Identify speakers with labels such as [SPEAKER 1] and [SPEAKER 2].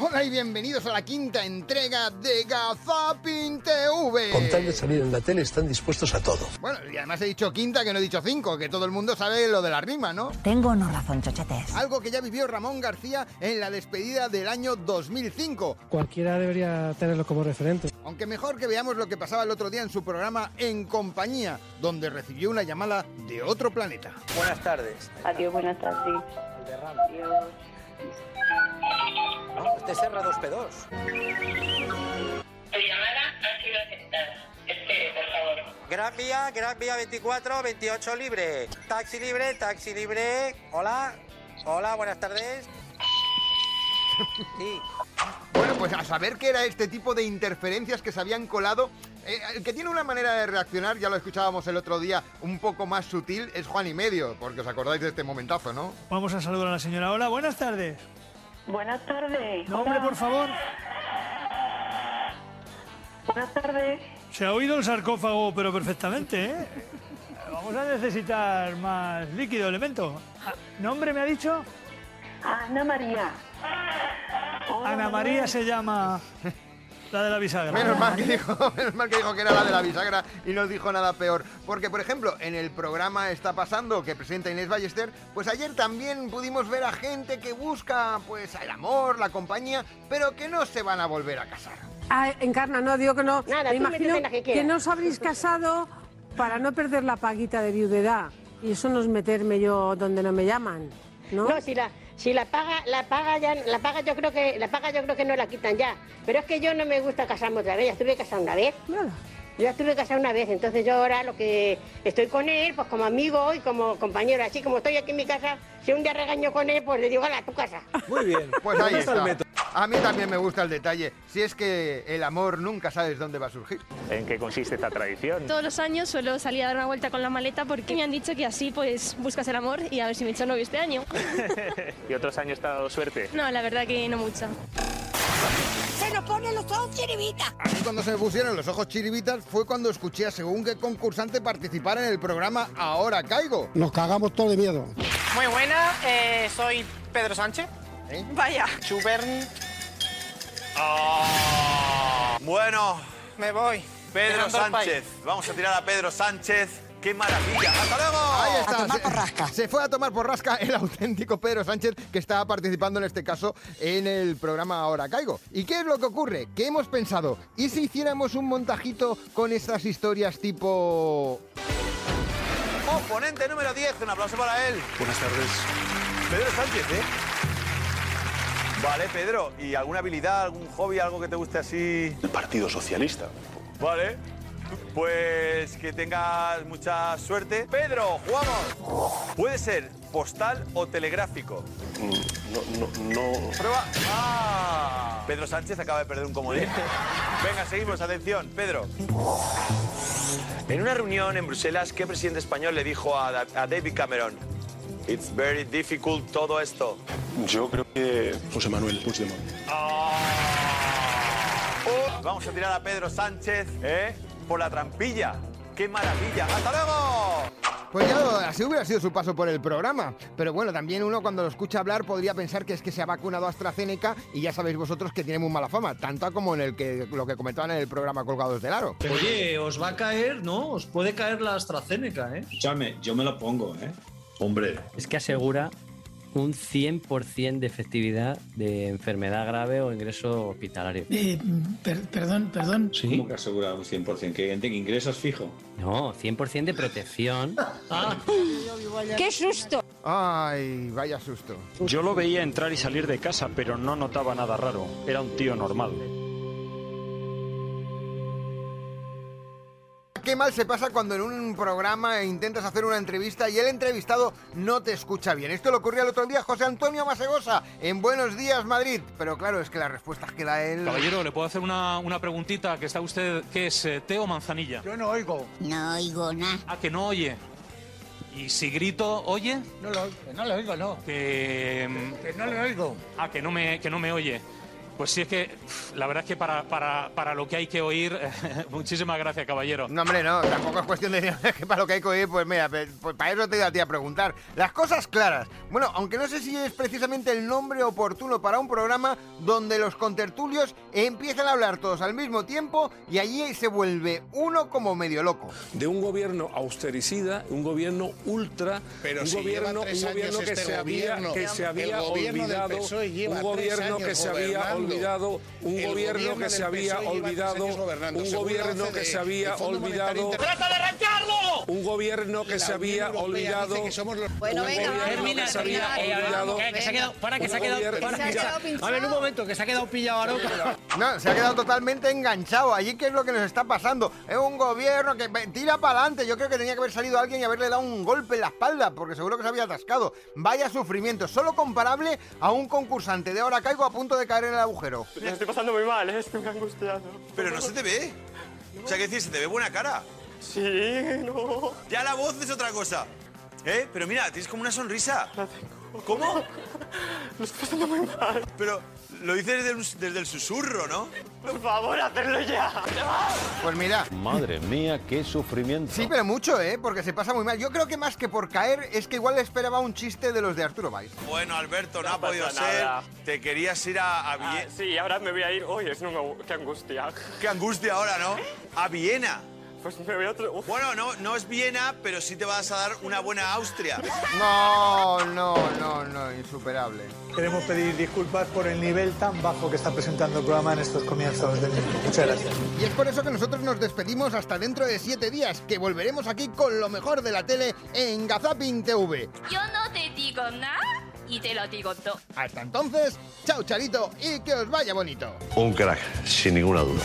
[SPEAKER 1] Hola y bienvenidos a la quinta entrega de Gazapin TV.
[SPEAKER 2] Con tal de salir en la tele están dispuestos a todo.
[SPEAKER 1] Bueno, y además he dicho quinta que no he dicho cinco, que todo el mundo sabe lo de la rima, ¿no?
[SPEAKER 3] Tengo no razón, chochetes.
[SPEAKER 1] Algo que ya vivió Ramón García en la despedida del año 2005.
[SPEAKER 4] Cualquiera debería tenerlo como referente.
[SPEAKER 1] Aunque mejor que veamos lo que pasaba el otro día en su programa En Compañía, donde recibió una llamada de otro planeta.
[SPEAKER 5] Buenas tardes.
[SPEAKER 6] Adiós, buenas tardes. Adiós.
[SPEAKER 5] No, este es R2P2.
[SPEAKER 7] Tu llamada ha sido aceptada. Espere, por favor.
[SPEAKER 5] Gran Vía, Gran Vía 24, 28 libre. Taxi libre, taxi libre. Hola, hola, buenas tardes. Sí.
[SPEAKER 1] Bueno, pues a saber qué era este tipo de interferencias que se habían colado. Eh, el que tiene una manera de reaccionar, ya lo escuchábamos el otro día, un poco más sutil, es Juan y Medio, porque os acordáis de este momentazo, ¿no?
[SPEAKER 4] Vamos a saludar a la señora. Hola, buenas tardes.
[SPEAKER 6] Buenas tardes.
[SPEAKER 4] Nombre,
[SPEAKER 6] Hola.
[SPEAKER 4] por favor.
[SPEAKER 6] Buenas tardes.
[SPEAKER 4] Se ha oído el sarcófago, pero perfectamente, ¿eh? Vamos a necesitar más líquido, elemento. Ah, ¿Nombre me ha dicho?
[SPEAKER 6] Ana María. Hola,
[SPEAKER 4] Ana María se llama la de la bisagra.
[SPEAKER 1] Menos mal, que dijo, menos mal que dijo que era la de la bisagra y no dijo nada peor. Porque, por ejemplo, en el programa Está Pasando, que presenta Inés Ballester, pues ayer también pudimos ver a gente que busca pues el amor, la compañía, pero que no se van a volver a casar.
[SPEAKER 8] Ah, encarna, no, digo que no.
[SPEAKER 9] Nada,
[SPEAKER 8] me
[SPEAKER 9] tú métete
[SPEAKER 8] imagino
[SPEAKER 9] en la que
[SPEAKER 8] que,
[SPEAKER 9] quieras.
[SPEAKER 8] no os habréis casado para no perder la paguita de viudedad. Y eso no es meterme yo donde no me llaman, ¿no?
[SPEAKER 9] No, si la, si la paga, la paga ya, la paga yo creo que, la paga yo creo que no la quitan ya. Pero es que yo no me gusta casarme otra vez, ya estuve casada una vez.
[SPEAKER 8] Nada.
[SPEAKER 9] Yo ya estuve casada una vez, entonces yo ahora lo que estoy con él, pues como amigo y como compañero, así como estoy aquí en mi casa, si un día regaño con él, pues le digo, a tu casa.
[SPEAKER 5] Muy bien.
[SPEAKER 1] Pues ahí
[SPEAKER 5] ¿Dónde está el
[SPEAKER 1] está.
[SPEAKER 5] método?
[SPEAKER 1] A mí también me gusta el detalle. Si es que el amor nunca sabes dónde va a surgir.
[SPEAKER 10] en qué consiste esta tradición.
[SPEAKER 11] Todos los años suelo salir a dar una vuelta con la maleta porque me han dicho que así pues buscas el amor y a ver si me he hecho novio este año.
[SPEAKER 10] ¿Y otros años te ha dado suerte?
[SPEAKER 11] No, la verdad que no mucha.
[SPEAKER 3] Se nos ponen los ojos chiribita.
[SPEAKER 1] A mí cuando se me pusieron los ojos chiribitas fue cuando escuché a según qué concursante participar en el programa Ahora Caigo.
[SPEAKER 4] Nos cagamos todo de miedo.
[SPEAKER 5] Muy buena, eh, soy Pedro Sánchez.
[SPEAKER 1] ¿Eh?
[SPEAKER 5] Vaya. Schubern.
[SPEAKER 12] Ah. Bueno,
[SPEAKER 5] Me voy.
[SPEAKER 12] Pedro
[SPEAKER 5] Dejando el
[SPEAKER 12] Sánchez. Vamos a tirar a Pedro Sánchez. ¡Qué maravilla! ¡Hasta
[SPEAKER 1] Ahí
[SPEAKER 12] luego!
[SPEAKER 1] está. se, se fue a tomar por rasca el auténtico Pedro Sánchez que estaba participando en este caso en el programa Ahora Caigo. ¿Y qué es lo que ocurre? Que hemos pensado, ¿y si hiciéramos un montajito con estas historias tipo...
[SPEAKER 12] Oponente número 10. Un aplauso para él.
[SPEAKER 2] Buenas tardes.
[SPEAKER 12] Pedro Sánchez, ¿eh? Vale, Pedro. ¿Y alguna habilidad, algún hobby, algo que te guste así?
[SPEAKER 2] El Partido Socialista.
[SPEAKER 12] Vale. Pues que tengas mucha suerte. Pedro, jugamos. Puede ser postal o telegráfico.
[SPEAKER 2] No, no, no.
[SPEAKER 12] Prueba. ¡Ah! Pedro Sánchez acaba de perder un comodín. Venga, seguimos. Atención, Pedro. En una reunión en Bruselas, ¿qué presidente español le dijo a, Da- a David Cameron? It's very difficult todo esto.
[SPEAKER 2] Yo creo que José Manuel Puigdemont. Ah.
[SPEAKER 12] Oh, Vamos a tirar a Pedro Sánchez ¿eh? por la trampilla. ¡Qué maravilla! ¡Hasta luego!
[SPEAKER 1] Pues ya así hubiera sido su paso por el programa. Pero bueno, también uno cuando lo escucha hablar podría pensar que es que se ha vacunado AstraZeneca y ya sabéis vosotros que tiene muy mala fama, tanto como en el que lo que comentaban en el programa Colgados del Aro.
[SPEAKER 5] Oye, os va a caer, ¿no? Os puede caer la AstraZeneca, ¿eh?
[SPEAKER 2] Escúchame, yo me lo pongo, ¿eh? Hombre.
[SPEAKER 13] es que asegura un 100% de efectividad de enfermedad grave o ingreso hospitalario.
[SPEAKER 7] perdón, perdón.
[SPEAKER 13] ¿Sí?
[SPEAKER 2] que asegura un 100%? Que gente que ingresas fijo.
[SPEAKER 13] No, 100% de protección.
[SPEAKER 3] ¡Qué susto!
[SPEAKER 1] Ay, vaya susto.
[SPEAKER 10] Yo lo veía entrar y salir de casa, pero no notaba nada raro. Era un tío normal.
[SPEAKER 1] Qué mal se pasa cuando en un programa intentas hacer una entrevista y el entrevistado no te escucha bien. Esto le ocurrió el otro día a José Antonio Masegosa en Buenos Días, Madrid. Pero claro, es que las respuestas que da él...
[SPEAKER 10] Caballero, ¿le puedo hacer una, una preguntita que está usted, que es eh, té o manzanilla?
[SPEAKER 5] Yo no oigo.
[SPEAKER 3] No oigo nada.
[SPEAKER 10] Ah, que no oye. ¿Y si grito, oye?
[SPEAKER 5] No lo oigo, no lo oigo, no.
[SPEAKER 10] Que... mm,
[SPEAKER 5] no lo oigo.
[SPEAKER 10] Ah, que no me, que no me oye.
[SPEAKER 14] Pues sí, es que pf, la verdad es que para, para, para lo que hay que oír, muchísimas gracias, caballero.
[SPEAKER 1] No, hombre, no, tampoco es cuestión de es que para lo que hay que oír, pues mira, pe- pues para eso te iba a ti a preguntar. Las cosas claras. Bueno, aunque no sé si es precisamente el nombre oportuno para un programa donde los contertulios empiezan a hablar todos al mismo tiempo y allí se vuelve uno como medio loco.
[SPEAKER 15] de un gobierno austericida, un gobierno ultra,
[SPEAKER 16] Pero
[SPEAKER 15] un
[SPEAKER 16] si lleva
[SPEAKER 15] gobierno,
[SPEAKER 16] tres
[SPEAKER 15] un
[SPEAKER 16] años
[SPEAKER 15] gobierno que,
[SPEAKER 16] este
[SPEAKER 15] se
[SPEAKER 16] gobierno,
[SPEAKER 15] había, que se
[SPEAKER 16] el
[SPEAKER 15] había
[SPEAKER 16] gobierno del
[SPEAKER 15] olvidado,
[SPEAKER 16] PSOE lleva
[SPEAKER 15] un
[SPEAKER 16] tres
[SPEAKER 15] gobierno
[SPEAKER 16] años
[SPEAKER 15] que se había
[SPEAKER 16] gobernando.
[SPEAKER 15] olvidado, un
[SPEAKER 16] El
[SPEAKER 15] gobierno
[SPEAKER 16] gobierno
[SPEAKER 15] que se
[SPEAKER 16] del
[SPEAKER 15] había
[SPEAKER 16] PSOE lleva tres años
[SPEAKER 15] olvidado,
[SPEAKER 16] gobernando,
[SPEAKER 15] un
[SPEAKER 16] según
[SPEAKER 15] gobierno
[SPEAKER 16] la
[SPEAKER 15] que se
[SPEAKER 16] OCDE,
[SPEAKER 15] había
[SPEAKER 16] el Fondo Monetario
[SPEAKER 15] olvidado,
[SPEAKER 16] Internacional.
[SPEAKER 15] de arrancarlo, un gobierno que
[SPEAKER 16] La
[SPEAKER 15] se
[SPEAKER 16] Unión
[SPEAKER 15] había
[SPEAKER 16] Europea
[SPEAKER 15] olvidado,
[SPEAKER 16] dice que somos los-
[SPEAKER 15] un
[SPEAKER 16] Bueno, venga,
[SPEAKER 15] gobierno
[SPEAKER 16] termina,
[SPEAKER 15] que se había
[SPEAKER 16] termina, eh,
[SPEAKER 15] olvidado,
[SPEAKER 16] vamos,
[SPEAKER 17] Que se ha quedado, para que se ha
[SPEAKER 15] un
[SPEAKER 17] quedado,
[SPEAKER 15] gobierno-
[SPEAKER 17] para que se ha- A ver, un momento, que se ha quedado pillado Aroca.
[SPEAKER 1] No, se ha quedado totalmente enganchado. Allí qué es lo que nos está pasando. Es un gobierno que ve- tira para adelante. Yo creo que tenía que haber salido alguien y haberle dado un golpe en la espalda, porque seguro que se había atascado. Vaya sufrimiento, solo comparable a un concursante de ahora caigo a punto de caer en el agujero.
[SPEAKER 12] La estoy pasando muy mal, ¿eh? estoy muy angustiado. Pero no se te ve. O sea, ¿qué decir? ¿Se te ve buena cara? Sí, no. Ya la voz es otra cosa. ¿Eh? Pero mira, tienes como una sonrisa. ¿Cómo? Lo estoy pasando muy mal. Pero lo dices desde, un- desde el susurro, ¿no? Por favor, hacerlo ya.
[SPEAKER 1] Pues mira.
[SPEAKER 18] Madre mía, qué sufrimiento.
[SPEAKER 1] Sí, pero mucho, ¿eh? Porque se pasa muy mal. Yo creo que más que por caer, es que igual le esperaba un chiste de los de Arturo Valls.
[SPEAKER 12] Bueno, Alberto, no, ha podido
[SPEAKER 1] pasa
[SPEAKER 12] ser.
[SPEAKER 1] nada. Ah.
[SPEAKER 12] Te querías ir a, a Viena. Ah, sí, ahora me voy a ir. Oye, es qué angustia. Qué angustia ahora, ¿no? A Viena. Pues me voy a otro. Bueno, no, no es Viena, pero sí te vas a dar una buena Austria.
[SPEAKER 1] No, no, no, no, insuperable.
[SPEAKER 4] Queremos pedir disculpas por el nivel tan bajo que está presentando el programa en estos comienzos del mismo. Muchas gracias.
[SPEAKER 1] Y es por eso que nosotros nos despedimos hasta dentro de siete días, que volveremos aquí con lo mejor de la tele en Gazapin TV.
[SPEAKER 19] Yo no te digo nada y te lo digo todo.
[SPEAKER 1] Hasta entonces, chao Charito y que os vaya bonito.
[SPEAKER 18] Un crack, sin ninguna duda.